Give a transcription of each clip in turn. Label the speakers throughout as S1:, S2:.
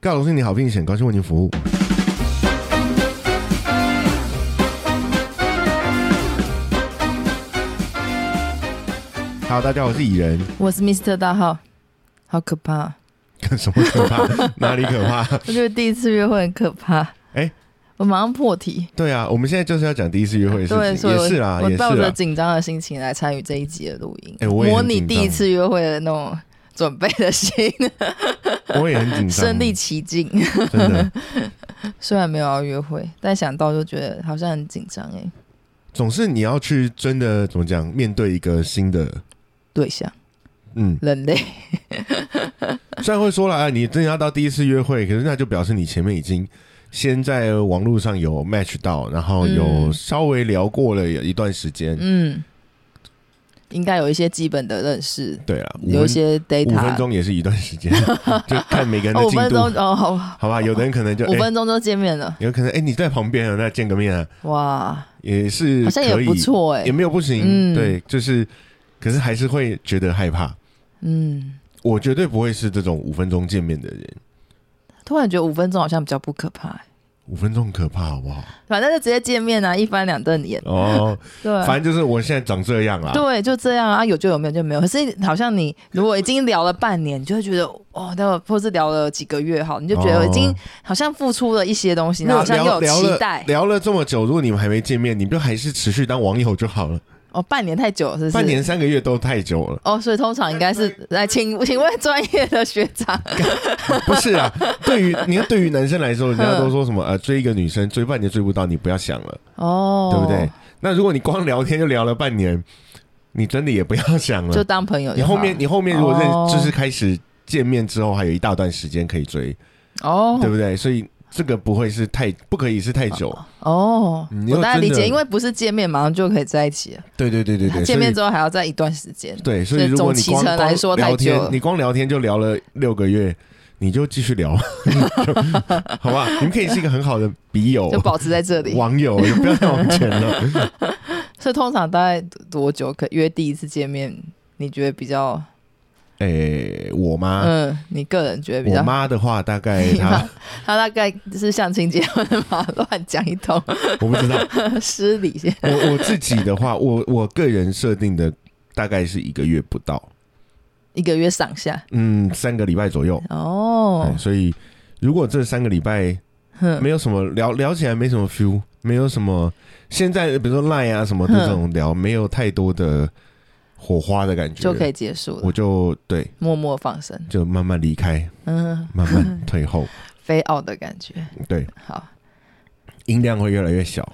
S1: 高龙是你好避险，高兴为您服务。Hello，大家好，我是蚁人。
S2: 我是 Mr 大号，好可怕、
S1: 什么可怕？哪里可怕？
S2: 我觉得第一次约会很可怕。
S1: 哎
S2: 我马上破题。
S1: 对啊，我们现在就是要讲第一次约会的
S2: 对，
S1: 事情，
S2: 所以
S1: 也
S2: 我
S1: 是啦，
S2: 我
S1: 也是
S2: 抱着
S1: 啦。
S2: 紧张的心情来参与这一集的录音，
S1: 哎我也
S2: 模
S1: 很
S2: 拟
S1: 紧张
S2: 第一次约会的那种准备的心，
S1: 我也很紧张，啊
S2: 身临其境。
S1: 真的，
S2: 虽然没有要约会，但想到就觉得好像很紧张哎。
S1: 总是你要去真的怎么讲，面对一个新的，
S2: 对象，
S1: 嗯，
S2: 人类，
S1: 虽然会说了，啊，你真的要到第一次约会，可是那就表示你前面已经先在网络上有 match 到，然后有
S2: 嗯
S1: 稍微聊过了一段时间。
S2: 嗯，应该有一些基本的认识，
S1: 对啊，五
S2: 有一
S1: 分
S2: 些
S1: 五分
S2: data。
S1: 钟也是一段时 间，就看每个人
S2: 哦，
S1: 的
S2: 五
S1: 进
S2: 分
S1: 度，
S2: 钟哦，好，
S1: 好吧？有的人可能就
S2: 五
S1: 哎，
S2: 分钟就见面了，
S1: 有可能哎、你在旁边啊，那见个面啊，
S2: 哇，
S1: 也是
S2: 好像也
S1: 可以
S2: 不错哎
S1: 也。没有不行。
S2: 嗯
S1: 对，就是，可是还是会觉得害怕。
S2: 嗯，
S1: 我绝对不会是这种五分钟见面的人，
S2: 突然觉得五分钟好像比较不可怕、欸，
S1: 五分钟很可怕，好不好？
S2: 反正就直接见面啊，一翻两瞪眼，
S1: 哦，
S2: 对啊，
S1: 反正就是我现在长这样啦。
S2: 对，就这样啊，有就有，没有就没有。可是好像你如果已经聊了半年，你就会觉得哦，那个或是聊了几个月好，你就觉
S1: 哦
S2: 得已经好像付出了一些东西，
S1: 没
S2: 然后好像又
S1: 聊
S2: 有
S1: 聊
S2: 期
S1: 了
S2: 待。
S1: 聊了这么久，如果你们还没见面，你们就还是持续当网友就好了。
S2: 哦，半年太久了，是不是？，
S1: 半年三个月都太久了
S2: 哦，所以通常应该是来，请请问专业的学长，
S1: 不是啊？对于你看，对于男生来说，人家都说什么呃，追一个女生追半年追不到，你不要想了，
S2: 哦，
S1: 对不对？？那如果你光聊天就聊了半年，你真的也不要想
S2: 就
S1: 了。
S2: 当朋友就
S1: 你
S2: 好
S1: 后面你后面如果认
S2: 哦
S1: 就是开始见面之后，还有一大段时间可以追，
S2: 哦，
S1: 对不对？所以这个不会是太不可以是太久，
S2: 哦
S1: 嗯，
S2: 我大概
S1: 又真
S2: 理
S1: 的
S2: 解，因为不是见面马上就可以在一起了，
S1: 对对对对对，
S2: 见面
S1: 所
S2: 之后还要再一段时间
S1: 以。对，所以如果你
S2: 总
S1: 光
S2: 骑乘来
S1: 光
S2: 说
S1: 聊
S2: 太久
S1: 天
S2: 了，
S1: 你光聊天就聊了六个月，你就继续聊，就好吧？你们可以是一个很好的笔友
S2: 就、保持在这里。
S1: 网友，你不要再往前了。
S2: 所以通常大概多久可以约第一次见面？你觉得比较，
S1: 诶，哎我妈，
S2: 嗯，你个人觉得比
S1: 啊我
S2: 较，
S1: 妈的话大 概
S2: 你妈
S1: 她
S2: 他大概是相亲结婚的嘛， 乱讲一通，
S1: 我不知道，
S2: 失礼先。
S1: 我我自己的话，我我个人设定的大概是一个月不到，
S2: 一个月上下
S1: 嗯，三个礼拜左右。
S2: 哦
S1: 嗯，所以如果这三个礼拜
S2: 哼
S1: 没有什么聊聊起来没什么 feel，没有什么现在比如说 line 啊什么的这
S2: 嗯
S1: 种聊，没有太多的火花的感觉，
S2: 就可以结束了
S1: 我，就对，
S2: 默默放生，
S1: 就慢慢离开，
S2: 嗯，
S1: 慢慢退 后，
S2: 飞傲的感觉。
S1: 对，
S2: 好，
S1: 音量会越来越 小。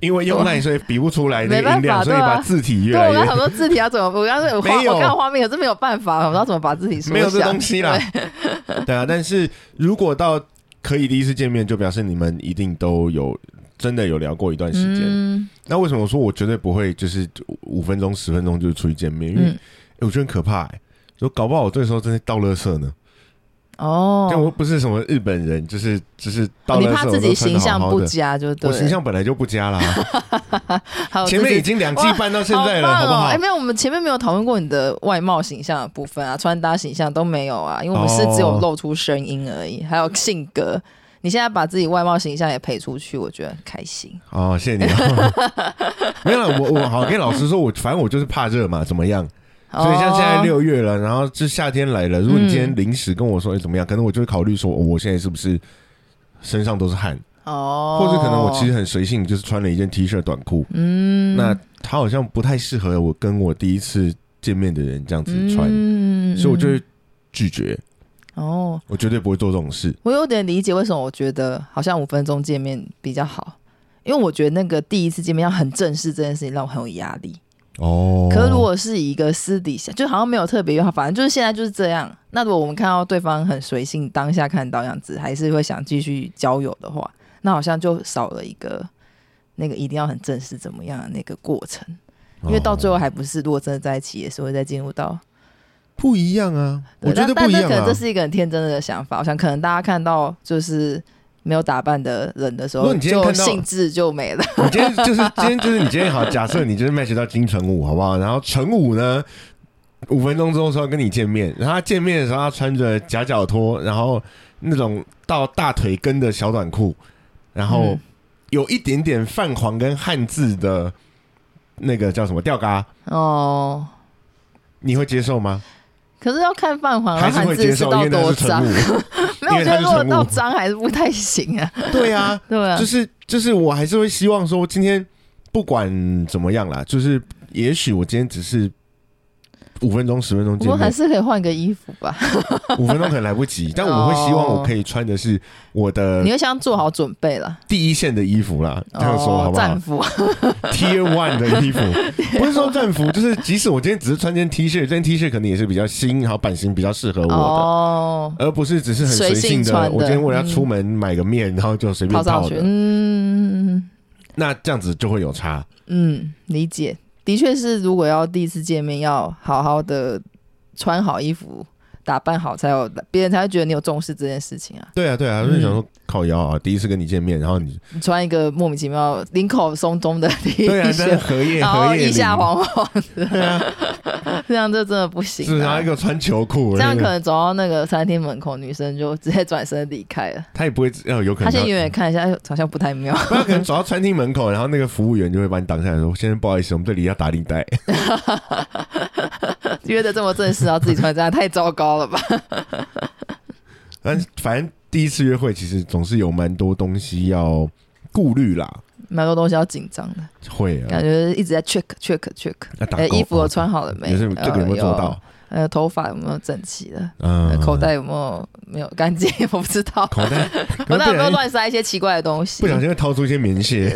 S1: 因为用 line 所以比不出来那
S2: 没
S1: 个
S2: 办
S1: 音量，
S2: 法
S1: 所
S2: 对
S1: 以
S2: 啊
S1: 把字体越
S2: 对
S1: 来
S2: 我刚
S1: 越
S2: 想说字体要怎么，我刚是我画
S1: 没有
S2: 我看画面，可是没有办法，我不知道怎么把字体缩小
S1: 没有这东西啦。 对啊，但是如果到可以第一次见面，就表示你们一定都有真的有聊过一段
S2: 对
S1: 时间。
S2: 嗯
S1: 那为什么我说我绝对不会就是五分钟、十分钟就出去见面？因为、
S2: 嗯，
S1: 欸我觉得很可怕、欸，说搞不好我这时候真的到垃圾呢。就我
S2: 哦，
S1: 不是什么日本人，就是就是到
S2: 你
S1: 垃圾
S2: 怕
S1: 我
S2: 自
S1: 都
S2: 己
S1: 穿
S2: 形
S1: 得
S2: 象
S1: 好好
S2: 不
S1: 的
S2: 佳，就对哦
S1: 我
S2: 了。
S1: 形象本来就不 佳啦，
S2: 还有
S1: 前
S2: 自
S1: 面
S2: 己
S1: 已经两季半到现在了，
S2: 棒
S1: 好不好？
S2: 哦！哎，没有，我们前面没有讨论过你的外貌形象的部分啊，穿搭形象都没有啊，因为我们是只有露出声音而已，还有性格。你现在把自己外貌形象也陪出去，我觉得很开心。
S1: 哦，谢谢你。哦 没有啦，我我好跟老师说，我反正我就是怕热嘛，怎么样？所以像现在
S2: 哦，
S1: 六月了，然后这夏天来了，如果你今天
S2: 嗯
S1: 临时跟我说、哎怎么样，可能我就会考虑说、哦我现在是不是身上都是汗，
S2: 哦
S1: 或者可能我其实很随性，就是穿了一件 T 恤短裤，
S2: 嗯，
S1: 那它好像不太适合我跟我第一次见面的人这样子穿，
S2: 嗯
S1: 所以我就会拒绝，
S2: 哦，
S1: 我绝对不会做这种事。
S2: 我有点理解为什么我觉得好像五分钟见面比较好，因为我觉得那个第一次见面要很正式这件事情让我很有压力。
S1: 哦，
S2: 可是如果是一个私底下，就好像没有特别约好，反正就是现在就是这样。那如果我们看到对方很随性，当下看到样子，还是会想继续交友的话，那好像就少了一个那个一定要很正式怎么样的那个过程，因为到最后
S1: 哦
S2: 还不是，如果真的在一起，也是会再进入到。
S1: 不一样啊，
S2: 对
S1: 我觉得
S2: 但
S1: 不一
S2: 但这
S1: 样
S2: 可能
S1: 啊
S2: 这。是一个很天真的想法，我想可能大家看到就是没有打扮的人的时
S1: 如
S2: 候，
S1: 果你今天
S2: 就
S1: 看到
S2: 兴致就没了。
S1: 你今天就是今天就是你今天好，假设你就是 match 到金城武，好不好？然后城武呢，五分钟之后突然跟你见面，然后他见面的时候，他穿着夹脚拖，然后那种到大腿根的小短裤，然后
S2: 嗯
S1: 有一点点泛黄跟汉字的那个叫什么吊嘎，
S2: 哦，
S1: 你会接受吗？
S2: 可是要看泛黄
S1: 还
S2: 和
S1: 是
S2: 呃汉
S1: 会
S2: 字
S1: 接
S2: 是
S1: 受，因
S2: 到
S1: 为那
S2: 多啊
S1: 是
S2: 脏
S1: 纯，物。 因
S2: 没有，我
S1: 为
S2: 觉
S1: 它
S2: 得
S1: 是
S2: 如果
S1: 纯物
S2: 到脏还是不太行啊。
S1: 对啊，
S2: 对啊，
S1: 就是就是，我还是会希望说，今天不管怎么样啦，就是也许我今天只是五分钟、十分钟
S2: 不
S1: 见
S2: 过还
S1: 面，
S2: 是可以换个衣服吧。
S1: 五分钟可能来不 及，但我会希望我可以穿的是我的
S2: 你会先做好准备了。
S1: 第一线的衣服啦，这样说
S2: 哦
S1: 好不好
S2: 战服，
S1: ？Tier One 的 衣服，不是说战服，就是即使我今天只是穿件 T 恤，这件 T 恤可能也是比较新，然后版型比较适合我的。
S2: 哦，
S1: 而不是只是很随
S2: 随性
S1: 性的，
S2: 穿的
S1: 我今天为了要
S2: 嗯
S1: 出门买个面，然后就随便
S2: 套上
S1: 套
S2: 去，
S1: 的，
S2: 嗯
S1: 那这样子就会有差。
S2: 嗯，理解，的确是，如果要第一次见面，要好好的穿好衣服，打扮好，才有别人才会觉得你有重视这件事情啊。
S1: 对啊，对啊，
S2: 嗯
S1: 所以想说靠腰啊，第一次跟你见面，然后你
S2: 你穿一个莫名其妙领口松松的 T
S1: 对啊，但是
S2: 恤，
S1: 荷叶
S2: 然
S1: 荷
S2: 后
S1: 叶
S2: 腋下
S1: 领，
S2: 黄黄
S1: 对啊，
S2: 的，这样就真的不行
S1: 是
S2: 啊、
S1: 然后一个穿球裤，
S2: 这样
S1: 那
S2: 可
S1: 个
S2: 能走到那个餐厅门口，女生就直接转身离开了。
S1: 他也不会，呃，有可
S2: 她
S1: 能
S2: 先
S1: 他
S2: 远远看一下，哎呦好像不太妙。
S1: 他可能走到餐厅门口，然后那个服务员就会把你挡下来，说：“先生，不好意思，我们这里要打领带。
S2: 约的这么正式，然后自己穿这样，太糟糕了吧？”
S1: 但反正第一次约会，其实总是有蛮多东西要顾虑啦，
S2: 蛮多东西要紧张的，
S1: 会啊
S2: 感，觉一直在 check check check。
S1: 要打
S2: 哎，
S1: 勾
S2: 衣服我，穿好了
S1: 哦
S2: 没？
S1: 也是这个有没有做到？
S2: 呃？呃，头发有没有整齐了？呃
S1: 嗯，
S2: 口袋有没有没有干净？ 我不知道，
S1: 口袋，
S2: 口袋有没有
S1: 不然
S2: 乱塞一些奇怪的东西
S1: 不？ 小心会掏出一些棉屑，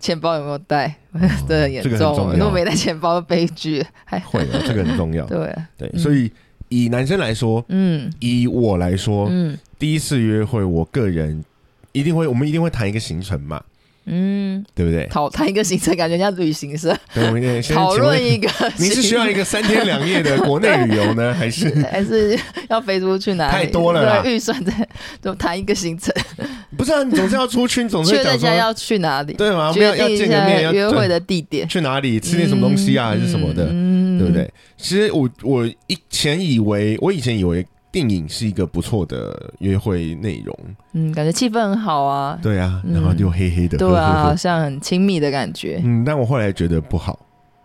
S2: 钱包有没有带？ 这很严
S1: 这个很重
S2: 重，
S1: 要
S2: 如果没带 钱包，悲剧。还
S1: 会啊，这个很重要。
S2: 对，
S1: 对，
S2: 嗯
S1: 所以以男生来说，
S2: 嗯
S1: 以我来说，
S2: 嗯
S1: 第一次约会，我个人一定会，我们一定会谈一个行程嘛，
S2: 嗯，
S1: 对不 对？
S2: 讨谈一个行程，感觉像旅行社
S1: 对，我们 先先
S2: 讨
S1: 请
S2: 论
S1: 问，
S2: 一个行程，
S1: 您是需要一个三天两夜的国 内旅游呢，还是
S2: 还是要飞出去哪里？
S1: 太多了啦
S2: 对啊预算在就谈一个行程，
S1: 不是啊？你总是要出去，你总是
S2: 确
S1: 会
S2: 认
S1: 讲
S2: 一下
S1: 说，
S2: 要去哪里，
S1: 对啊吗？我们
S2: 决
S1: 要
S2: 定
S1: 要
S2: 一
S1: 见个面，
S2: 下
S1: 要
S2: 约会
S1: 对
S2: 的地点，
S1: 去哪里，吃点什么东西啊，还是什么的，
S2: 嗯
S1: 对不？对？其实我我以前以为，我以前以为电影是一个不错的约会内容，
S2: 嗯，感觉气氛很好啊，
S1: 对啊，然后
S2: 嗯
S1: 就黑黑的，
S2: 对
S1: 呵
S2: 啊，
S1: 呵呵
S2: 好像很亲密的感觉。
S1: 嗯，但我后来觉得不好，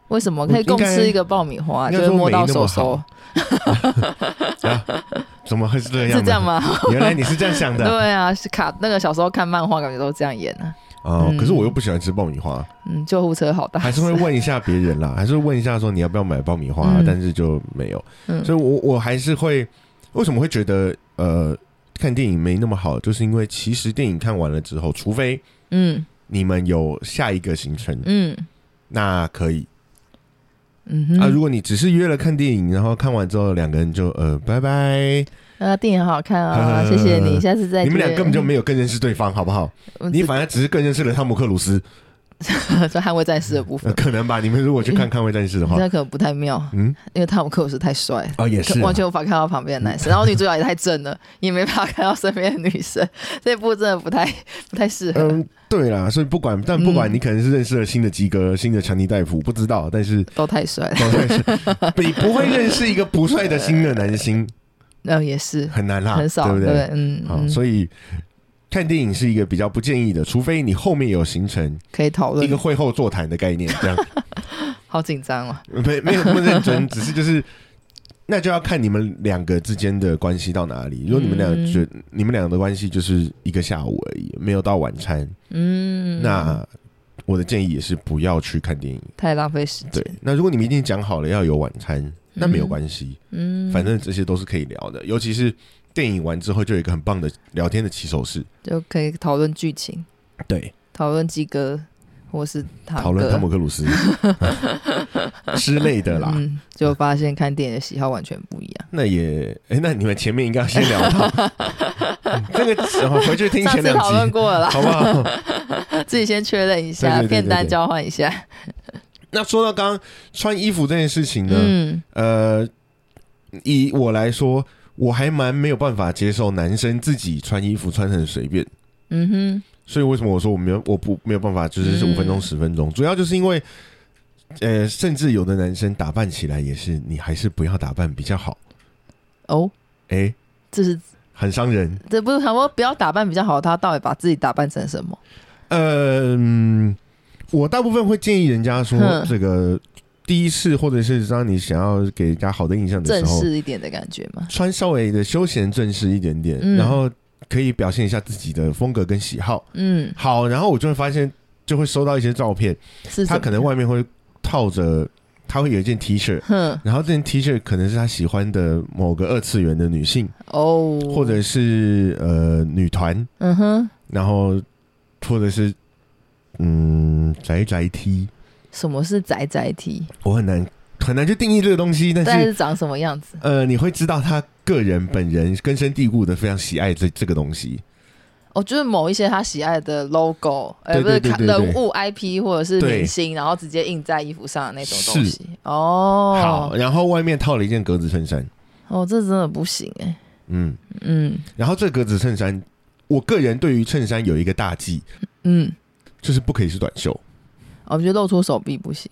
S2: 为什么可以
S1: 我应
S2: 共
S1: 该
S2: 吃一个爆米花，
S1: 应
S2: 就
S1: 该
S2: 是
S1: 说
S2: 摸到手
S1: 没那
S2: 手
S1: 么，啊，怎么会是这样？
S2: 是这样？吗？
S1: 原来你是这样想的
S2: 对啊，是卡那个小时候看漫画，感觉都这样演啊。
S1: 哦，
S2: 嗯
S1: 可是我又不喜欢吃爆米 花，
S2: 嗯，救护车好大，
S1: 还是会问一下别人啦， 还是会问一下说你要不要买爆米花，
S2: 嗯
S1: 但是就没有，
S2: 嗯
S1: 所以我我还是会为什么会觉得呃看电影没那么好，就是因为其实电影看完了之后，除非
S2: 嗯
S1: 你们有下一个行程，
S2: 嗯
S1: 那可以
S2: 嗯
S1: 啊。如
S2: 哼，
S1: 果你只是约了看电影，然后看完之后两个人就呃拜拜，
S2: 啊，电影很好看啊，
S1: 呃
S2: 谢谢你，下次再
S1: 你们俩
S2: 见
S1: 根本 就没有更认识对方，好不好？
S2: 嗯
S1: 你反而只是更认识了汤姆克鲁斯，
S2: 说捍卫战士的部分
S1: 呃，可能吧？你们如果去
S2: 嗯
S1: 看《看卫战士》的话，
S2: 那可能不太妙，
S1: 嗯，
S2: 因为汤姆克鲁斯太帅了。
S1: 哦，也
S2: 可
S1: 是啊、
S2: 完全无法看到旁边的 男生，然后女主角也太正了，也没办法看到身边的女生， 这部真的不太不太适合。
S1: 嗯，对啦，所以不管，但不管
S2: 嗯
S1: 你可能是认识了新的鸡哥、新的强尼戴夫，不知道，但是
S2: 都太帅了，
S1: 都认识你不会认识一个不帅的新的男星，
S2: 嗯，也是
S1: 很难啦，
S2: 很少，
S1: 啊对不
S2: 对？嗯，
S1: 好，
S2: 嗯
S1: 所以看电影是一个比较不建议的，除非你后面有形成
S2: 可以讨
S1: 一
S2: 论
S1: 个。会后座谈的概念，这样
S2: 好紧张哦，
S1: 没没有那么认真，只是就是。那就要看你们两个之间的关系到哪里。如果你们俩
S2: 嗯
S1: 觉、你们俩的关系就是一个下午而已，没有到晚餐，
S2: 嗯，
S1: 那我的建议也是不要去看电影。
S2: 太浪费时间。
S1: 对，那如果你们已经讲好了要有晚餐，那没有关系，
S2: 嗯，
S1: 反正这些都是可以聊的。尤其是电影完之后，就有一个很棒的聊天的起手式，
S2: 就可以讨论剧情，
S1: 对，
S2: 讨论鸡哥或是堂哥
S1: 讨论汤姆克鲁斯啊之类的啦。
S2: 嗯，就发现看电影的喜好完全不一 样。
S1: 那也，哎、那你们前面应该要先聊到 这个，然后回去听
S2: 上
S1: 前
S2: 次
S1: 两
S2: 讨论
S1: 集。
S2: 过了啦，
S1: 好不好？
S2: 自己先确认一
S1: 对对
S2: 下，
S1: 对对
S2: 片单
S1: 对
S2: 交换一下。
S1: 那说到刚刚穿衣服这件事情呢，
S2: 嗯，
S1: 呃，以我来说，我还蛮没有办法接受男生自己穿衣服穿得很随便，
S2: 嗯哼，
S1: 所以为什么我说我没有我不没有办法，就是是
S2: 嗯
S1: 五分钟十分钟，主要就是因为呃，甚至有的男生打扮起来也是，你还是不要打扮比较好。
S2: 哦，
S1: 哎、
S2: 这是
S1: 很伤人。
S2: 这不是他说不要打扮比较好，他到底把自己打扮成什么？
S1: 呃嗯，我大部分会建议人家说
S2: 哼，
S1: 这个第一次或者是当你想要给人家好的印象的
S2: 正
S1: 时候，
S2: 式一点的感觉嘛。
S1: 穿稍微的休闲正式一点点，
S2: 嗯
S1: 然后可以表现一下自己的风格跟喜好。
S2: 嗯，
S1: 好，然后我就会发现，就会收到一些照片，
S2: 是
S1: 他
S2: 怎么
S1: 可能外面会套着，他会有一件 T 恤，
S2: 哼
S1: 然后这件 T 恤可能是他喜欢的某个二次元的女性，
S2: 哦，
S1: 或者是呃女团，
S2: 嗯哼
S1: 然后或者是嗯宅宅 T，
S2: 什么是宅宅 T？
S1: 我很难很难去定义这个东西，但
S2: 但
S1: 是
S2: 是长什么样子？
S1: 呃你会知道他个人本人根深蒂固的非常喜爱这这个东西。
S2: 哦，就是某一些他喜爱的 logo，呃，
S1: 对
S2: 不是
S1: 对
S2: 卡
S1: 对对对
S2: 人物 IP 或者是
S1: 对
S2: 明星，然后直接印在衣服上的那种
S1: 是
S2: 东西。哦，
S1: 好，然后外面套了一件格子衬衫，
S2: 哦，这真的不行哎、
S1: 嗯，
S2: 嗯
S1: 然后这格子衬衫，我个人对于衬衫有一个大忌，
S2: 嗯，
S1: 就是不可以是短袖。
S2: 哦我觉得露出手臂不行。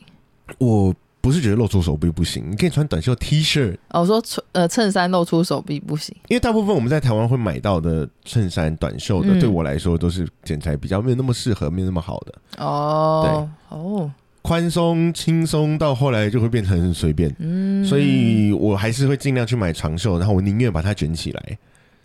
S1: 我不是觉得露出手臂不行，你可以穿短袖 T 恤，
S2: 哦，我说衬呃衬衫露出手臂不行。
S1: 因为大部分我们在台湾会买到的衬衫短袖的，
S2: 嗯
S1: 对我来说都是剪裁比较没有那么适合，没有那么好的，
S2: 哦，哦，
S1: 宽松轻松到后来就会变成很随便。
S2: 嗯，
S1: 所以我还是会尽量去买长袖，然后我宁愿把它卷起来，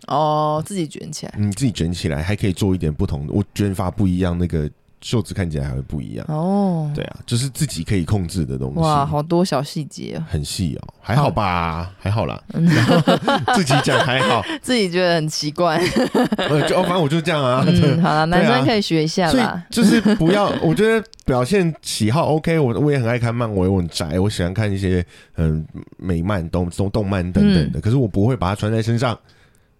S2: 哦自己卷起来。
S1: 你自己卷起来还可以做一点不同的，我卷发不一样，那个袖子看起来还会不一样。
S2: 哦，
S1: 对啊，就是自己可以控制的东西。
S2: 哇，好多小细节哦，
S1: 很细哦，还好吧，还好啦，
S2: 嗯
S1: 然后 自己讲还好，
S2: 自己觉得很奇怪。
S1: 呃，就哦，反正我就这样啊，
S2: 嗯，好
S1: 对啊
S2: 了，男生可以学一下
S1: 所以
S2: 啦。
S1: 就是不要， 我觉得表现喜好 OK，我我也很爱看漫威，我很宅，我喜欢看一些嗯美漫、动动动漫等等
S2: 嗯
S1: 的，可是我不会把它穿在身上，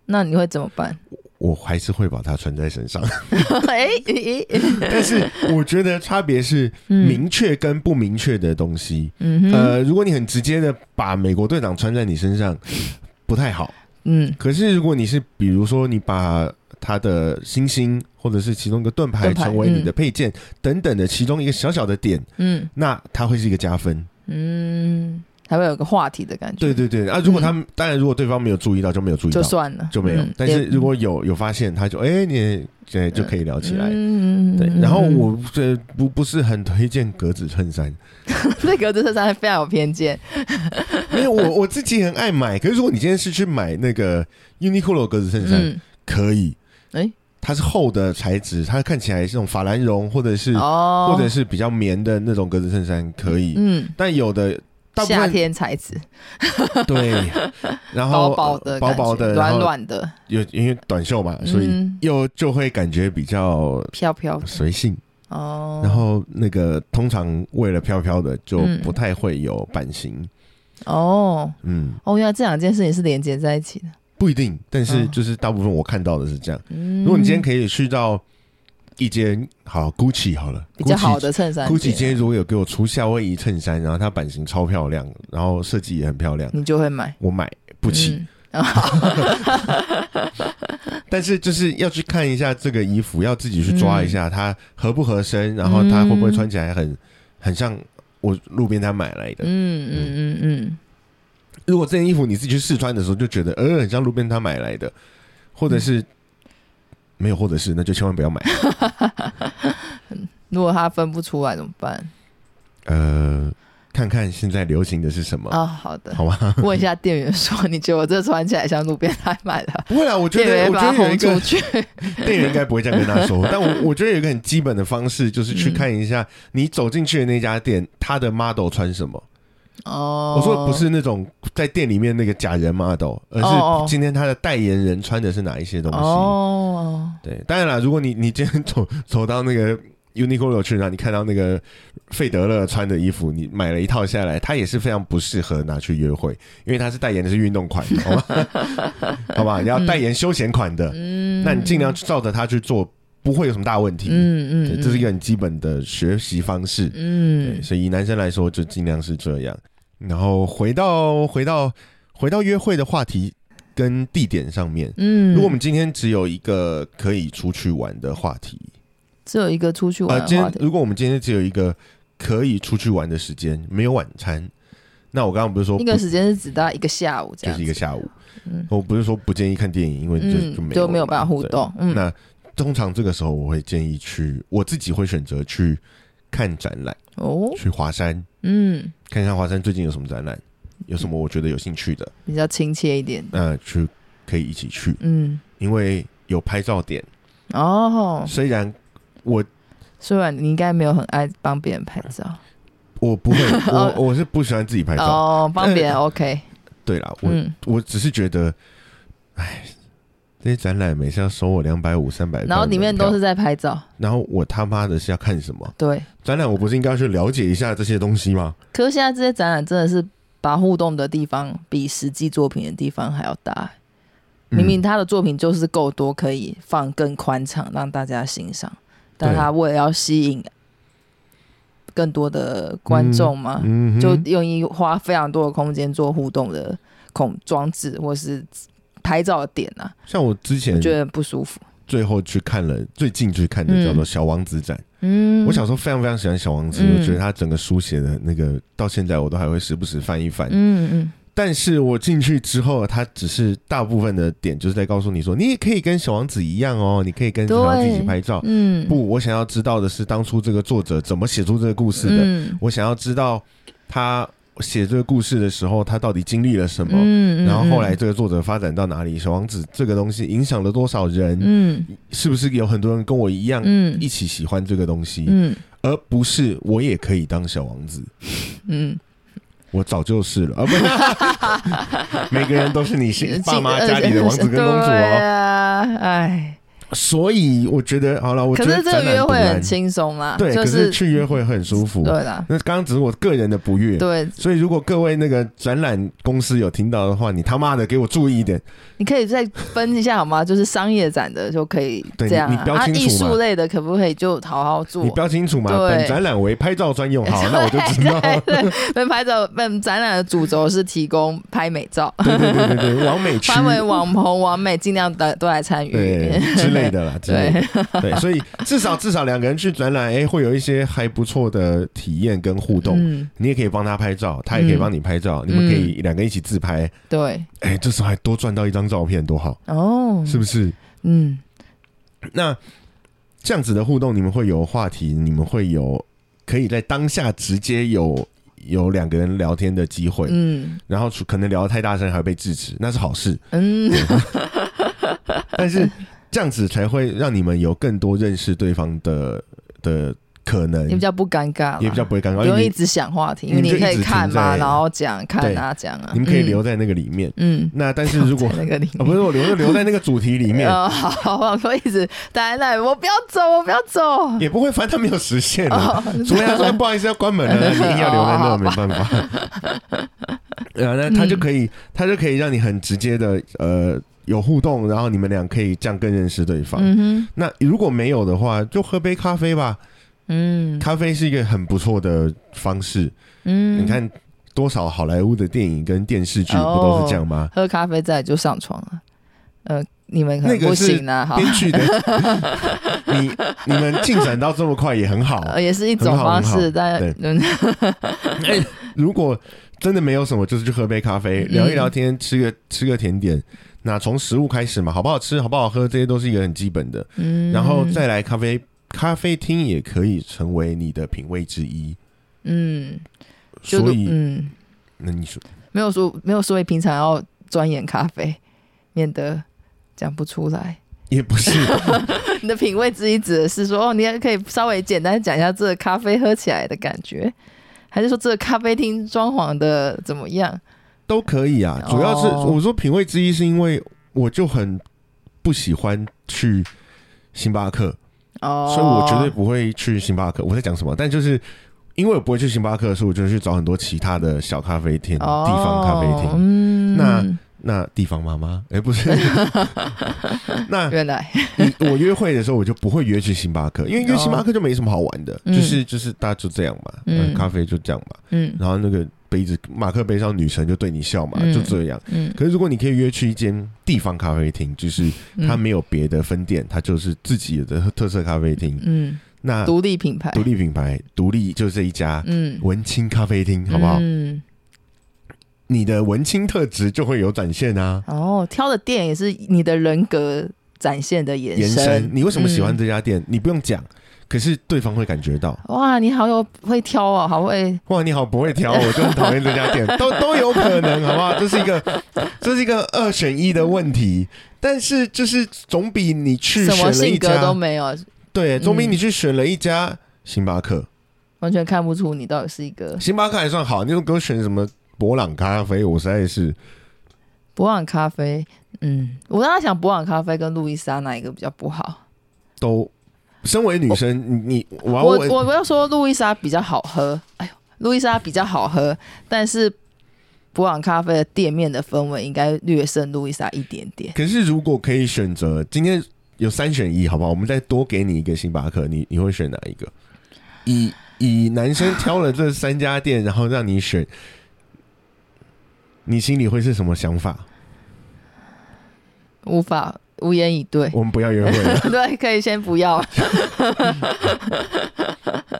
S2: 那你会怎么办？
S1: 我还是会把它穿在身上，
S2: 哎，咦咦
S1: 但是我觉得差别是
S2: 嗯
S1: 明确跟不明确的东西，
S2: 嗯哼，
S1: 呃，如果你很直接的把美国队长穿在你身上，不太好。
S2: 嗯，
S1: 可是如果你是比如说你把它的星星或者是其中一个盾牌
S2: 盾牌
S1: 成为你的配件、等等的其中一个小小的点，
S2: 嗯
S1: 那它会是一个加分。
S2: 嗯，还会有个话题的感觉。
S1: 对对对，啊，如果他们、当然如果对方没有注意到就没有注意到
S2: 嗯就。算了，
S1: 就没有
S2: 嗯，
S1: 但是
S2: 也
S1: 如果有有发现，他就哎、你对就可以聊起来，
S2: 嗯
S1: 对。然后 我这不不是很推荐格子衬衫，
S2: 对格子衬衫非常有偏见，
S1: 因为我我自己很爱买，可是如果你今天是去买那个 Uniqlo 格子衬衫，
S2: 嗯，
S1: 可以，
S2: 哎
S1: 它是厚的材质，它看起来是那种法兰绒或者是、
S2: 哦，
S1: 或者是比较棉的那种格子衬衫可以，
S2: 嗯，
S1: 但有的大部
S2: 夏
S1: 分
S2: 天材质，
S1: 对，然后
S2: 薄薄的
S1: 呃
S2: 感
S1: 薄薄
S2: 觉，
S1: 的，然
S2: 软
S1: 后
S2: 软的，
S1: 有因为短袖嘛，所以
S2: 嗯
S1: 又就会感觉比较
S2: 飘飘的
S1: 随性，
S2: 哦。
S1: 然后那个通常为了飘飘的就
S2: 嗯
S1: 不太会有版型，
S2: 哦
S1: 嗯。
S2: 哦，原来这两件事情是连接在一起的。
S1: 不一定，但是
S2: 哦
S1: 就是大部分我看到的是这样。
S2: 嗯，
S1: 如果你今天可以去到一间好 GUCCI 好了，
S2: 比较
S1: GUCCI
S2: 好的衬衫
S1: GUCCI 今
S2: 店，
S1: 天如果有给我出夏威夷衬衫，然后它版型超漂亮，然后设计也很漂亮，
S2: 你就会买
S1: 我买不起。
S2: 嗯
S1: 但是就是要去看一下这个衣服，要自己去抓一下它合不合身，然后它会不会穿起来很很像我路边摊买来的。
S2: 嗯嗯嗯嗯，
S1: 如果这件衣服你自己去试穿的时候就觉得，呃，很像路边摊买来的，或者
S2: 嗯
S1: 是。没有，或者是那就千万不要买。
S2: 如果它分不出来怎么办？
S1: 呃，看看现在流行的是什么，
S2: 哦，好的，
S1: 好吧？
S2: 问一下店员说，你觉得我这穿起来像路边摊买的？
S1: 不会啦， 我觉
S2: 店
S1: 得
S2: 员
S1: 我
S2: 把
S1: 觉
S2: 它
S1: 得有一
S2: 轰出
S1: 个
S2: 去。
S1: 店员应该不会这样跟他 说，但我我觉得有一个很基本的方式，就是去看
S2: 嗯
S1: 一下你走进去的那家店，他的 model 穿什么。
S2: 哦，
S1: 我说的不是那种在店里面那个假人 model，而
S2: 哦哦
S1: 是今天他的代言人穿的是哪一些东西。
S2: 哦，
S1: 对，当然啦，如果你你今天走走到那个 Uniqlo 去，然后你看到那个费德勒穿的衣服，你买了一套下来，它也是非常不适合拿去约会，因为它是代言的是运动款，好 吧？好吧，你要代言休闲款的，
S2: 嗯，
S1: 那你尽量照着它去做，不会有什么大问题。
S2: 嗯，嗯
S1: 对，
S2: 嗯，
S1: 这是一个很基本的学习方式。对，
S2: 嗯，
S1: 所以以男生来说，就尽量是这样。然后回到回到回到约会的话题跟地点上面，
S2: 嗯，
S1: 如果我们今天只有一个可以出去玩的话题，
S2: 只有一个出去玩
S1: 呃，
S2: 的
S1: 今
S2: 话
S1: 天
S2: 题，
S1: 如果我们今天只有一个可以出去玩的时间，没有晚餐。那我刚刚不是说
S2: 一
S1: 不
S2: 个时间是指到一个下午
S1: 就
S2: 这样
S1: 是
S2: 子，
S1: 一个下午，
S2: 嗯
S1: 我不是说不建议看电影，因为就、
S2: 嗯
S1: 就没
S2: 就没有
S1: 嘛
S2: 办法互
S1: 对
S2: 动嗯
S1: 那通常这个时候，我会建议去，我自己会选择去看展览，
S2: 哦，
S1: 去华山
S2: 嗯，
S1: 看看华山最近有什么展览，有什么我觉得有兴趣的，
S2: 比较亲切一点，
S1: 那去可以一起去，
S2: 嗯，
S1: 因为有拍照点。
S2: 哦，
S1: 虽然我
S2: 虽然你应该没有很爱帮别人拍照，
S1: 我不 会，我我是不喜欢自己拍照。
S2: 哦，帮 别人 OK，
S1: 对啦，我、
S2: 嗯，
S1: 我只是觉得，哎，这些展览每次要收我两百五、三百，
S2: 然后里面都是，在拍照，
S1: 然后我他妈的是要看什么？
S2: 对，
S1: 展览我不是应该去了解一下这些东西吗？
S2: 可是现在这些展览真的是把互动的地方比实际作品的地方还要大。
S1: 嗯
S2: 明明他的作品就是够多，可以放更宽敞，让大家欣赏，但他为了要吸引更多的观众嘛，
S1: 嗯哼
S2: 就用意花非常多的空间做互动的孔装置或是拍照的点啊，
S1: 像我之前
S2: 觉得很不舒服。
S1: 最后去看了，最近去看的
S2: 嗯
S1: 叫做《小王子展》。
S2: 嗯，
S1: 我小时候非常非常喜欢《小王子》
S2: 嗯
S1: 我觉得他整个书写的那个，到现在我都还会时不时翻一翻。
S2: 嗯嗯
S1: 但是我进去之后，他只是大部分的点就是在告诉你说，你也可以跟小王子一样哦，你可以跟小王子一起拍照。
S2: 嗯，
S1: 不，我想要知道的是当初这个作者怎么写出这个故事的。
S2: 嗯
S1: 我想要知道他写这个故事的时候，他到底经历了什么。
S2: 嗯
S1: 然后后来这个作者发展到哪里？小王子这个东西影响了多少人？
S2: 嗯
S1: 是不是有很多人跟我一样
S2: 嗯
S1: 一起喜欢这个东西，
S2: 嗯
S1: 而不是我也可以当小王子？
S2: 嗯，
S1: 我早就是了，啊，不是， 每个人都是你心爸妈
S2: 呃
S1: 家里的王子跟公主
S2: 对
S1: 哦。
S2: 啊，哎，
S1: 所以我觉得好了，我
S2: 可
S1: 觉得
S2: 是这个
S1: 展览
S2: 约
S1: 不
S2: 会
S1: 难
S2: 很轻松啦，
S1: 对，
S2: 就
S1: 可
S2: 是
S1: 是去约会会很舒服
S2: 对。啦，
S1: 那刚刚只是我个人的不悦，
S2: 对，
S1: 所以如果各位那个展览公司有听到的话，你他妈的给我注意一点。
S2: 你可以再分一下好吗？就是商业展的就可以
S1: 对
S2: 这样
S1: 你你
S2: 啊，
S1: 标
S2: 啊
S1: 清楚
S2: 艺
S1: 嘛
S2: 术类的可不可以就好好做
S1: 你？标清楚嘛，
S2: 对
S1: 本展览为拍照专用， 好，那我就知道。
S2: 本拍照本展览的主轴是提供拍美照，
S1: 对对对对对，完美区
S2: 发为网红、网美尽量的都来参
S1: 对
S2: 与。
S1: 之类的啦，之类的。对，所以至少至少两个人去展览，哎，会有一些还不错的体验跟互动。
S2: 嗯，
S1: 你也可以帮他拍照，他也可以帮你拍照，你们可以两个一起自拍。
S2: 对，
S1: 哎，这时候还多赚到一张照片，多好，
S2: 哦，
S1: 是不是？
S2: 嗯
S1: 那这样子的互动，你们会有话题，你们会有可以在当下直接有有两个人聊天的机会，
S2: 嗯
S1: 然后除可能聊得太大声还会被制止，那是好事。
S2: 嗯，
S1: 但是这样子才会让你们有更多认识对方的的可能，
S2: 也比较不尴尬啦，
S1: 也比较不会尴尬，
S2: 不
S1: 因
S2: 用
S1: 为
S2: 一
S1: 你
S2: 直想话题，
S1: 你
S2: 因为
S1: 就
S2: 你可
S1: 一
S2: 以
S1: 直
S2: 看
S1: 停在
S2: 嘛，然后讲看啊讲啊，
S1: 你们可以留
S2: 嗯
S1: 在那个里面。
S2: 嗯，
S1: 那但是如 果
S2: 在那个里
S1: 啊，
S2: 面
S1: 不是我留就留在那个主题里面，
S2: 哦，好好，我说一直待在那里，我不要走，我不要走。
S1: 也不会，反正他没有实现啊。
S2: 哦，
S1: 除非他说哎不好意思要关门 了，你硬要留在那，
S2: 哦好吧
S1: 没办法。
S2: 哦
S1: 然后那他就
S2: 嗯
S1: 可以，他就可以让你很直接的呃有互动，然后你们俩可以这样更认识对方。
S2: 嗯哼，
S1: 那如果没有的话，就喝杯咖啡吧。
S2: 嗯
S1: 咖啡是一个很不错的方式。
S2: 嗯，哦
S1: 你看多少好莱坞的电影跟电视剧不都是这样吗？
S2: 喝咖啡再就上床了，呃，你们可能
S1: 那个
S2: 不
S1: 是
S2: 行啊，好
S1: 编，剧 的你你们进展到这么快也很好。啊
S2: 呃，也是一种
S1: 很好
S2: 方
S1: 很好
S2: 式，但
S1: 对
S2: 嗯
S1: 如果真的没有什么，就是去喝杯咖啡，
S2: 嗯
S1: 聊一聊天，吃个吃个甜点。那从食物开始嘛，好不好吃，好不好喝，这些都是一个很基本的。
S2: 嗯，
S1: 然后再来咖啡，咖啡厅也可以成为你的品味之一。
S2: 嗯，就
S1: 所以，
S2: 嗯，
S1: 那你说，
S2: 没有说没有说平常要钻研咖啡，免得讲不出来。
S1: 也不是，
S2: 你的品味之一指的是说，哦，你也可以稍微简单讲一下这个咖啡喝起来的感觉，还是说这个咖啡厅装潢的怎么样？
S1: 都可以啊。主要是、
S2: 哦
S1: 我说品味之一，是因为我就很不喜欢去星巴克，
S2: 哦，
S1: 所以我绝对不会去星巴克。我在讲什么？但就是因为我不会去星巴克，所以我就去找很多其他的小咖啡厅、
S2: 哦
S1: 地方咖啡厅。
S2: 嗯，
S1: 那那地方妈妈，哎、不 是，那
S2: 原来
S1: 你我约会的时候，我就不会约去星巴克，因为约星巴克就没什么好玩的，
S2: 哦嗯
S1: 就是就是大家就这样嘛，嗯，
S2: 嗯
S1: 咖啡就这样嘛，
S2: 嗯
S1: 然后那个杯子马克杯上女神就对你笑嘛，
S2: 嗯
S1: 就这样。
S2: 嗯，
S1: 可是如果你可以约去一间地方咖啡厅，就是它
S2: 嗯
S1: 没有别的分店，它就是自己的特色咖啡厅，
S2: 嗯
S1: 那
S2: 独立品牌，
S1: 独立品牌，独立就是这一家
S2: 嗯，
S1: 文青咖啡厅，好不好？
S2: 嗯，
S1: 你的文青特质就会有展现啊，
S2: 哦，挑的店也是你的人格展现的嗯延
S1: 延
S2: 伸。
S1: 伸。你为什么喜欢这家店？你不用讲，可是对方会感觉到。
S2: 嗯哇，你好有会挑哦，好会，
S1: 哇，你好不会挑，我就很讨厌这家店， 都都有可能，好不好？这是一个，这是一个二选一的问题，但是就是总比你去
S2: 什
S1: 选
S2: 么
S1: 了一
S2: 性格
S1: 家，
S2: 都没有，
S1: 对，总比
S2: 嗯
S1: 你去选了一家星巴克，
S2: 完全看不出你到底是一个
S1: 星巴克还算好，你又给我选什么博朗咖啡，我实在是
S2: 博朗咖啡。嗯，我刚刚想博朗咖啡跟路易莎哪一个比较不好？
S1: 都。身为女生，你你我要
S2: 哦我
S1: 问
S2: 我我要说路易莎比较好喝，哎呦，路易莎比较好喝，但是博朗咖啡的店面的氛围应该略胜路易莎一点点。
S1: 可是如果可以选择，今天有三选一，好不好？我们再多给你一个星巴克，你你会选哪一个？以以男生挑了这三家店，然后让你选，你心里会是什么想法？
S2: 无法无言以对。
S1: 我们不要约会了，
S2: 对，可以先不要。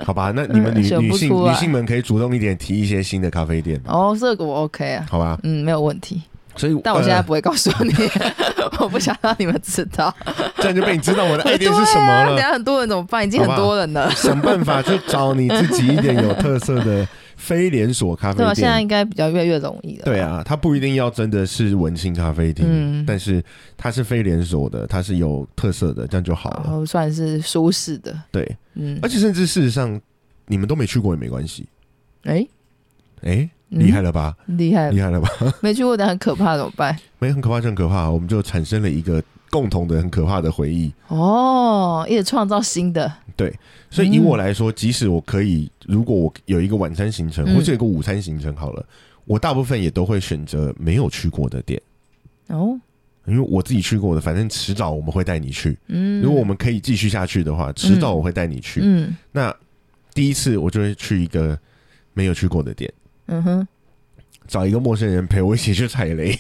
S1: 好吧？那你们女、
S2: 选
S1: 女
S2: 不
S1: 性
S2: 出来
S1: 女性们可以主动一点，提一些新的咖啡店，
S2: 哦，这个我 OK 啊，
S1: 好吧？
S2: 嗯，没有问题。
S1: 所以，
S2: 但我现在
S1: 呃
S2: 不会告诉你， 我不想让你们知道。
S1: 这样就被你知道我的爱
S2: 对
S1: 店
S2: 啊，
S1: 是什么
S2: 等
S1: 了。
S2: 下很多人怎么办？已经很多人了。
S1: 想办法去找你自己一点有特色的非连锁咖啡
S2: 对啊，现
S1: 店
S2: 在。应该比较越来越容易了。
S1: 对，啊，它不一定要真的是文青咖啡厅，
S2: 嗯
S1: 但是它是非连锁的，它是有特色的，这样就好
S2: 然
S1: 了。
S2: 后算是舒适的。
S1: 对，
S2: 嗯
S1: 啊而，且甚至事实上，你们都没去过也没关系。
S2: 哎，
S1: 哎、
S2: 嗯
S1: 厉害了吧？
S2: 厉害
S1: 厉，害了吧？
S2: 没去过的很可怕怎么办？
S1: 没很可怕，就很可怕。我们就产生了一个共同的很可怕的回忆。
S2: 哦，也创造新的。
S1: 所以以
S2: 嗯
S1: 我来说，即使我可以，如果我有一个晚餐行程，
S2: 嗯
S1: 或者有一个午餐行程好了，我大部分也都会选择没有去过的店，
S2: 哦，
S1: 因为我自己去过的，反正迟早我们会带你去。
S2: 嗯，
S1: 如果我们可以继续下去的话，迟早我会带你去。
S2: 嗯
S1: 那第一次我就会去一个没有去过的店，
S2: 嗯哼，
S1: 找一个陌生人陪我一起去踩雷。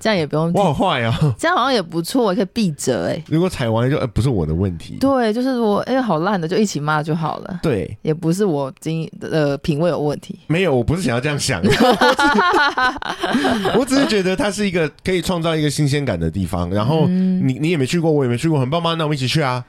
S2: 这样也不用，
S1: 我好坏啊！
S2: 这样好像也不错，可以避责哎。
S1: 如果踩完就、呃、不是我的问题，
S2: 对，就是我哎、好烂的，就一起骂就好了。
S1: 对，
S2: 也不是我经呃品味有问题，
S1: 没有，我不是想要这样 想，我只我只是觉得它是一个可以创造一个新鲜感的地方。然后
S2: 嗯，
S1: 你你也没去过，我也没去过，很棒吗？那我们一起去啊！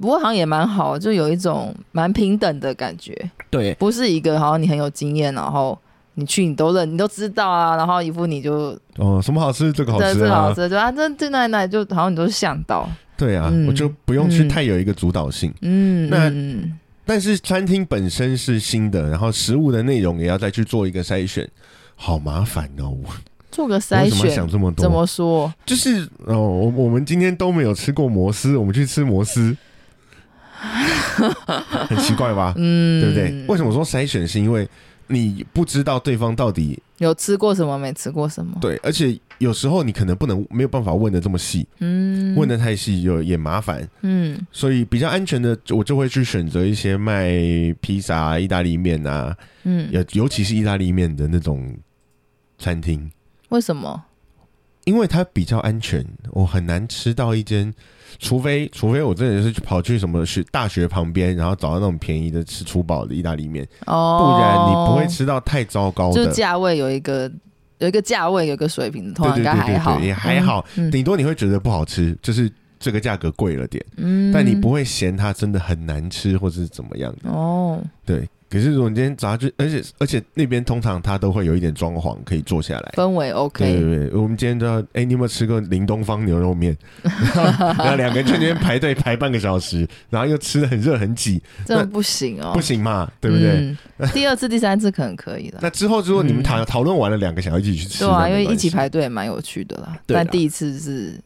S2: 不过好像也蛮好，就有一种蛮平等的感觉，
S1: 对，
S2: 不是一个好像你很有经验，然后你去你都认你都知道啊，然后一副你就
S1: 哦，什么好吃？这个好
S2: 对
S1: 吃
S2: 这好
S1: 啊！
S2: 吃，就啊这这那那就好像你都是向导，
S1: 对啊，
S2: 嗯
S1: 我就不用去
S2: 嗯
S1: 太有一个主导性。
S2: 嗯，
S1: 那
S2: 嗯
S1: 但是餐厅本身是新的，然后食物的内容也要再去做一个筛选，好麻烦哦！我
S2: 做个
S1: 我
S2: 筛
S1: 为什么要
S2: 选
S1: 想，这么多？
S2: 怎么说？
S1: 就是哦，我我们今天都没有吃过摩斯，我们去吃摩斯，很奇怪吧？
S2: 嗯，
S1: 对不对？为什么说筛选？是因为你不知道对方到底
S2: 有吃过什么，没吃过什么？
S1: 对，而且有时候你可能不能没有办法问的这么细，
S2: 嗯，
S1: 问的太细有也麻烦，
S2: 嗯
S1: 所以比较安全的，我就会去选择一些卖披萨、啊、意大利面啊，
S2: 嗯，
S1: 尤尤其是意大利面的那种餐厅，
S2: 为什么？
S1: 因为它比较安全，我很难吃到一间，除非除非我真的是去跑去什么学大学旁边，然后找到那种便宜的吃粗饱的意大利面，不
S2: 哦，
S1: 然你不会吃到太糟糕
S2: 就
S1: 的。
S2: 价位有一个有一个价位有一个水平的，通
S1: 对
S2: 常
S1: 对对
S2: 应该还
S1: 对
S2: 好，
S1: 对，也还好，
S2: 嗯，
S1: 顶多你会觉得不好吃，就是这个价格贵了点，
S2: 嗯
S1: 但你不会嫌它真的很难吃或者是怎么样的。
S2: 哦，
S1: 对，可是如果你今天杂志，而且而且那边通常它都会有一点装潢可以坐下来。
S2: 氛围
S1: 对
S2: OK，
S1: 对对，我们今天都要，哎、你有没有吃过林东方牛肉 面？然后两个人去那边排队排半个小时，然后又吃的很热很挤，
S2: 这样不行哦，
S1: 不行嘛，对不对？
S2: 对？第二次、第三次可能可以了。
S1: 那之后，如果你们
S2: 嗯
S1: 讨讨论完了，两个想要一起去吃，
S2: 对啊，
S1: 那没
S2: 因为一
S1: 关系
S2: 起排队也蛮有趣的啦。
S1: 对啦啊
S2: 但第一次是，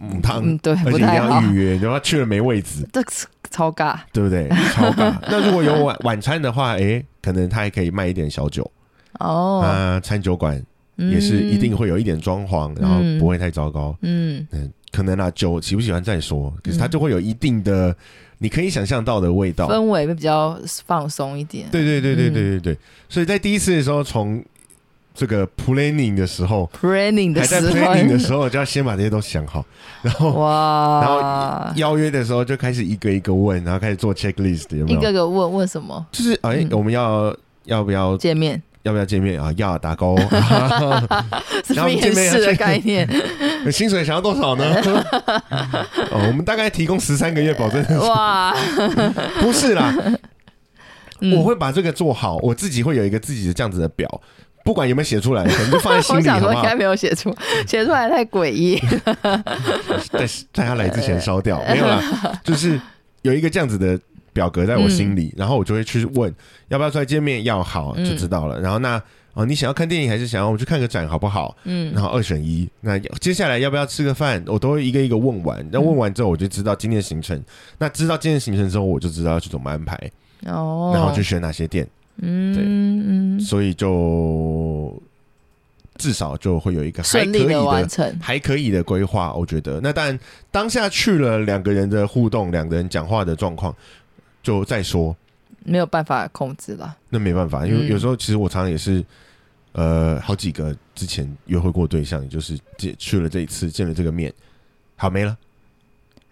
S1: 母汤，
S2: 嗯，对，
S1: 而
S2: 不
S1: 且一定
S2: 太好
S1: 要，预约，你要去了没位置，
S2: 这是超尬。
S1: 对不 对？超尬。那如果有晚晚餐的话，哎、可能他还可以卖一点小酒啊、
S2: 哦，
S1: 餐酒馆也是一定
S2: 嗯，
S1: 会有一点装潢，然后不会太糟糕。
S2: 嗯，
S1: 嗯，可能啦，酒喜不喜欢再说，可是它
S2: 嗯
S1: 就会有一定的、你可以想象到的味道。
S2: 氛围会比较放松一点。
S1: 对对对对
S2: 嗯
S1: 对对对，所以在第一次的时候，从这个 planning 的时候，
S2: planning 的
S1: 还在
S2: 时
S1: planning 的时
S2: 候，
S1: 候，就要先把这些都想 好，然后然后
S2: 哇，
S1: 邀约的时候就开始一个一个问，然后开始做 checklist，有没
S2: 一个
S1: 有？
S2: 个问问什么
S1: 就是哎、
S2: 嗯
S1: 我们要要不要
S2: 见面，
S1: 要不要见面啊？要打 勾，
S2: 是
S1: 然后
S2: 面
S1: 见面要
S2: 试的
S1: 去
S2: 概念，
S1: 薪水想要多少 呢？哦，我们大概提供十三个月 保证，啊
S2: 哇，
S1: 不是啦，
S2: 嗯
S1: 我会把这个做好，我自己会有一个自己的这样子的表，不管有没有写出来，可能就放在心
S2: 我
S1: 里，
S2: 想
S1: 好嗯
S2: 说
S1: 不
S2: 应
S1: 好
S2: 该？没有写出，写出来太诡 异。
S1: 在在他来之前烧掉，没有 啦，就是有一个这样子的表格在我心里，然后我就会去问要不要出来见面，要好
S2: 嗯
S1: 就知道了。然后那哦，你想要看电影还是想要我们去看个展好不好？
S2: 嗯
S1: 然后二选一，那接下来要不要吃个饭，我都会一个一个问完。那问完之后，我就知道今天的行程。那知道今天的行程之后，我就知道要去怎么安排，
S2: 哦，
S1: 然后去选哪些店，对
S2: 嗯嗯，
S1: 所以就至少就会有一个还
S2: 顺
S1: 可
S2: 利
S1: 以
S2: 地
S1: 的
S2: 完成，
S1: 还可以的规划，我觉得。那当然，当下去了两个人的互动，两个人讲话的状况，就再说。
S2: 没有办法控制了。
S1: 那没办法，因为
S2: 嗯
S1: 有时候其实我常常也是，呃，好几个之前约会过对象，也就是见去了这一次，见了这个面，好没了。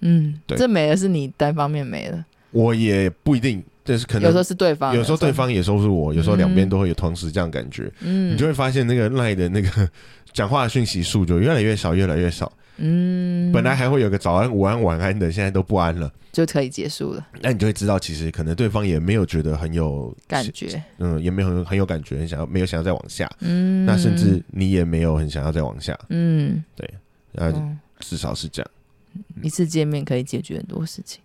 S2: 嗯，
S1: 对
S2: 这没了是你单方面没了，
S1: 我也不一定，但是可
S2: 有
S1: 能
S2: 时候是对方，
S1: 有时候对，方也收拾我，有时候两边
S2: 嗯
S1: 都会有同时这样感觉，
S2: 嗯，
S1: 你就会发现那个赖的那个 讲话的讯息数就越来越少，越来越少。
S2: 嗯，
S1: 本来还会有个早安、午安、晚安的，现在都不安了。
S2: 就可以结束了，
S1: 那你就会知道，其实可能对方也没有觉得很有
S2: 感，觉，
S1: 嗯，也没有很很有感觉，很想要没有想要再往下，
S2: 嗯，
S1: 那甚至你也没有很想要再往下，
S2: 嗯，
S1: 呃，
S2: 嗯
S1: 至少是这 样，
S2: 一次见面可以解决很多事情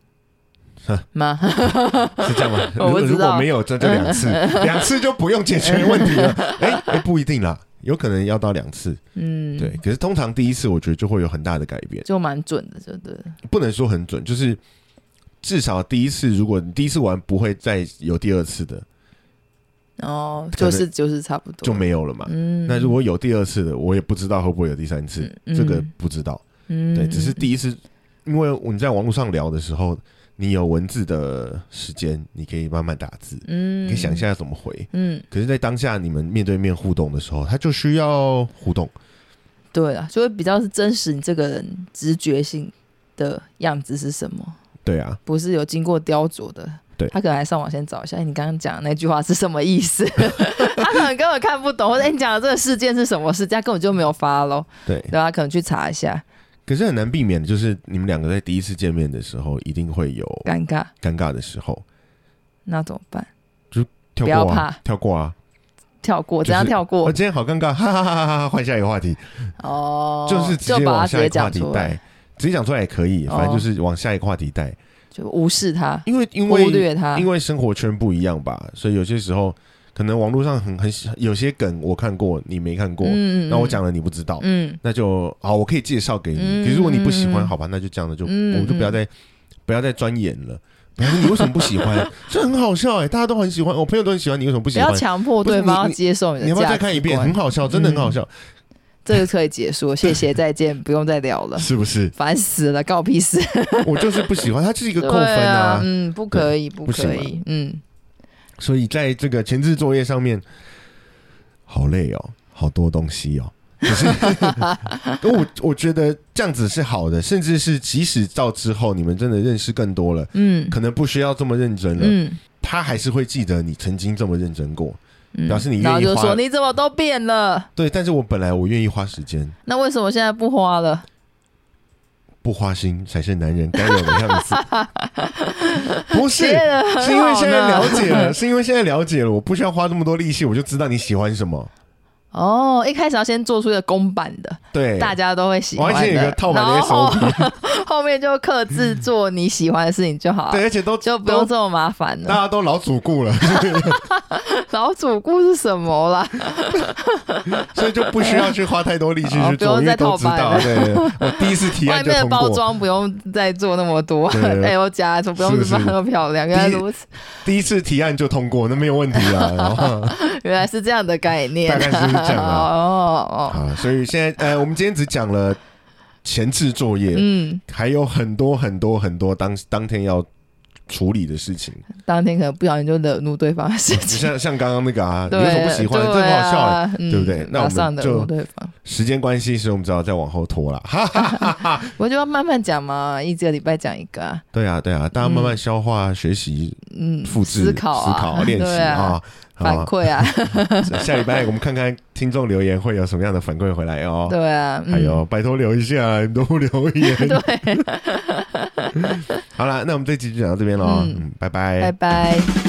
S1: 哈。
S2: 妈，
S1: 是这样吗？
S2: 我不
S1: 如
S2: 知
S1: 如
S2: 道
S1: 果没有，这就两 次，两次就不用解决问题了。哎、哎不一定啦，有可能要到两次，
S2: 嗯，
S1: 对。，可是通常第一次，我觉得就会有很大的改变，
S2: 就蛮准的，就对了，
S1: 不能说很准，就是至少第一次，如果你第一次玩不会再有第二次的，
S2: 然后
S1: 可
S2: 哦就
S1: 能
S2: 是就是差不多，
S1: 就没有了嘛。
S2: 嗯，
S1: 那如果有第二次的，我也不知道会不会有第三次，
S2: 嗯
S1: 这个不知道。
S2: 嗯，
S1: 对，只是第一次，因为我们在网络上聊的时候，你有文字的时间，你可以慢慢打字，
S2: 嗯，
S1: 你可以想一下要怎么回。
S2: 嗯，
S1: 可是，在当下你们面对面互动的时候，他就需要互动。
S2: 对了，就会比较是真实你这个人直觉性的样子是什么，
S1: 对啊，
S2: 不是有经过雕琢的。
S1: 对
S2: 他可能还上网先找一下，哎，你刚刚讲的那句话是什么意思？ 他可能根本看不懂，或者哎你讲的这个事件是什么事件，他根本就没有发喽。
S1: 对。
S2: 对，啊他可能去查一下，
S1: 可是很难避免的就是，你们两个在第一次见面的时候，一定会有
S2: 尴尬，
S1: 尴尬的时候。
S2: 那怎么办？
S1: 跳
S2: 不要
S1: 过啊
S2: 怕，
S1: 跳过啊！
S2: 跳过，
S1: 就是
S2: 怎样跳
S1: 我、
S2: 过？
S1: 今天好尴尬，哈哈哈哈哈哈！换下一个话题，
S2: 哦，
S1: 呃就是直接
S2: 把它
S1: 往
S2: 直
S1: 下
S2: 接
S1: 一个话
S2: 讲
S1: 题
S2: 出
S1: 带
S2: 来，，
S1: 直接讲出来也可以，反正
S2: 哦
S1: 就是往下一个话题带。
S2: 就无视他，
S1: 因为因
S2: 忽
S1: 为
S2: 略他，
S1: 因为生活圈不一样吧，所以有些时候可能网络上很很有些梗我看过，你没看过，
S2: 嗯
S1: 那我，讲了你不知道，
S2: 嗯
S1: 那就好，我可以介绍给你。
S2: 嗯
S1: 可是如果你不喜欢，
S2: 嗯
S1: 好吧，那就这样的，就、
S2: 嗯
S1: 我们就不要再不要再钻研了。不要说你为什么不喜欢？ 这很好笑哎、大家都很喜欢，我朋友都很喜欢，你为什么不
S2: 不
S1: 喜
S2: 要
S1: 欢？
S2: 强迫
S1: 不是
S2: 对方
S1: 你
S2: 要
S1: 你
S2: 接受你的
S1: 你要不要
S2: 价
S1: 再看
S2: 值
S1: 一遍？
S2: 观嗯
S1: 很好笑， 真的很好笑，
S2: 这个可以结束，谢谢，再见，不用再聊了，？
S1: 是不是
S2: 烦死了，告屁事，
S1: 我就是不喜欢，它就是一个扣
S2: 对
S1: 分
S2: 啊，嗯，不可以，不
S1: 不行
S2: 可
S1: 嘛
S2: 以，嗯，
S1: 所以在这个前置作业上面，好累哦，好多东西哦。可 是，我我觉得这样子是好的，甚至是即使到之后你们真的认识更多了，
S2: 嗯，
S1: 可能不需要这么认真了，
S2: 嗯。
S1: 他还是会记得你曾经这么认真过。
S2: 嗯
S1: 表示你愿意
S2: 然后就
S1: 花
S2: 说你怎么都变了，
S1: 对，但是我本来我愿意花时间，
S2: 那为什么现在不花了？
S1: 不花心才是男人该有的样 子。不是，
S2: 接的
S1: 是因为现在了解了，
S2: 了
S1: 是因啊为现在了解了，我不需要花这么多力气，我就知道你喜欢什么。
S2: 哦。一开始要先做出一个公版的，
S1: 对，
S2: 大家都会喜
S1: 我
S2: 欢
S1: 还先有一
S2: 的
S1: 个，套版
S2: 然
S1: 的一个手
S2: 后
S1: 笔。
S2: 后面就克制做你喜欢的事情就好
S1: 对，
S2: 了，
S1: 而且都
S2: 就不用
S1: 都
S2: 这么麻烦
S1: 大
S2: 了。
S1: 家都老主顾 了，
S2: 老主顾是什么啦？
S1: 所以就不需要去花太多力气
S2: 好
S1: 去
S2: 哦不
S1: 做，
S2: 用
S1: 因为
S2: 再
S1: 都
S2: 套
S1: 知道。
S2: 版
S1: 对，对对我第一次提
S2: 外
S1: 案就
S2: 面
S1: 通
S2: 的包
S1: 过，
S2: 装不用再做那么多，
S1: 对对对
S2: 哎，我假说不用
S1: 是不是
S2: 办那么漂亮，原来如此，
S1: 第一次提案就通过，那没有问题啊。然后
S2: 原来是这样的概念，
S1: 大概是这样啊
S2: 哦哦，
S1: 啊，所以现在呃，我们今天只讲了前置作业，
S2: 嗯，
S1: 还有很多很多很多当当天要处理的事 情，
S2: 当天可能不小心就惹怒对方的事
S1: 就
S2: 情，
S1: 像像刚刚那个啊，你
S2: 对，
S1: 为什么不喜欢？这
S2: 对
S1: 很好笑欸。
S2: 啊嗯
S1: 对不对那我
S2: 马
S1: 们
S2: 上的
S1: 就
S2: 怒对方，
S1: 时间关系，所以我们只好再往后拖了。哈哈，
S2: 我就要慢慢讲嘛，一个礼拜讲一个啊，
S1: 对啊，对啊，大家慢慢消化、学习、
S2: 嗯，
S1: 复制、
S2: 思考啊、
S1: 思考练习
S2: 对啊，反
S1: 好
S2: 馈啊，
S1: 下礼拜我们看看听众留言会有什么样的反馈回来哦。
S2: 对啊，嗯
S1: 还有，拜托留一下，你都不留言。
S2: 对，
S1: 好啦，那我们这集就讲到这边了，
S2: 嗯
S1: 嗯，拜拜，
S2: 拜拜。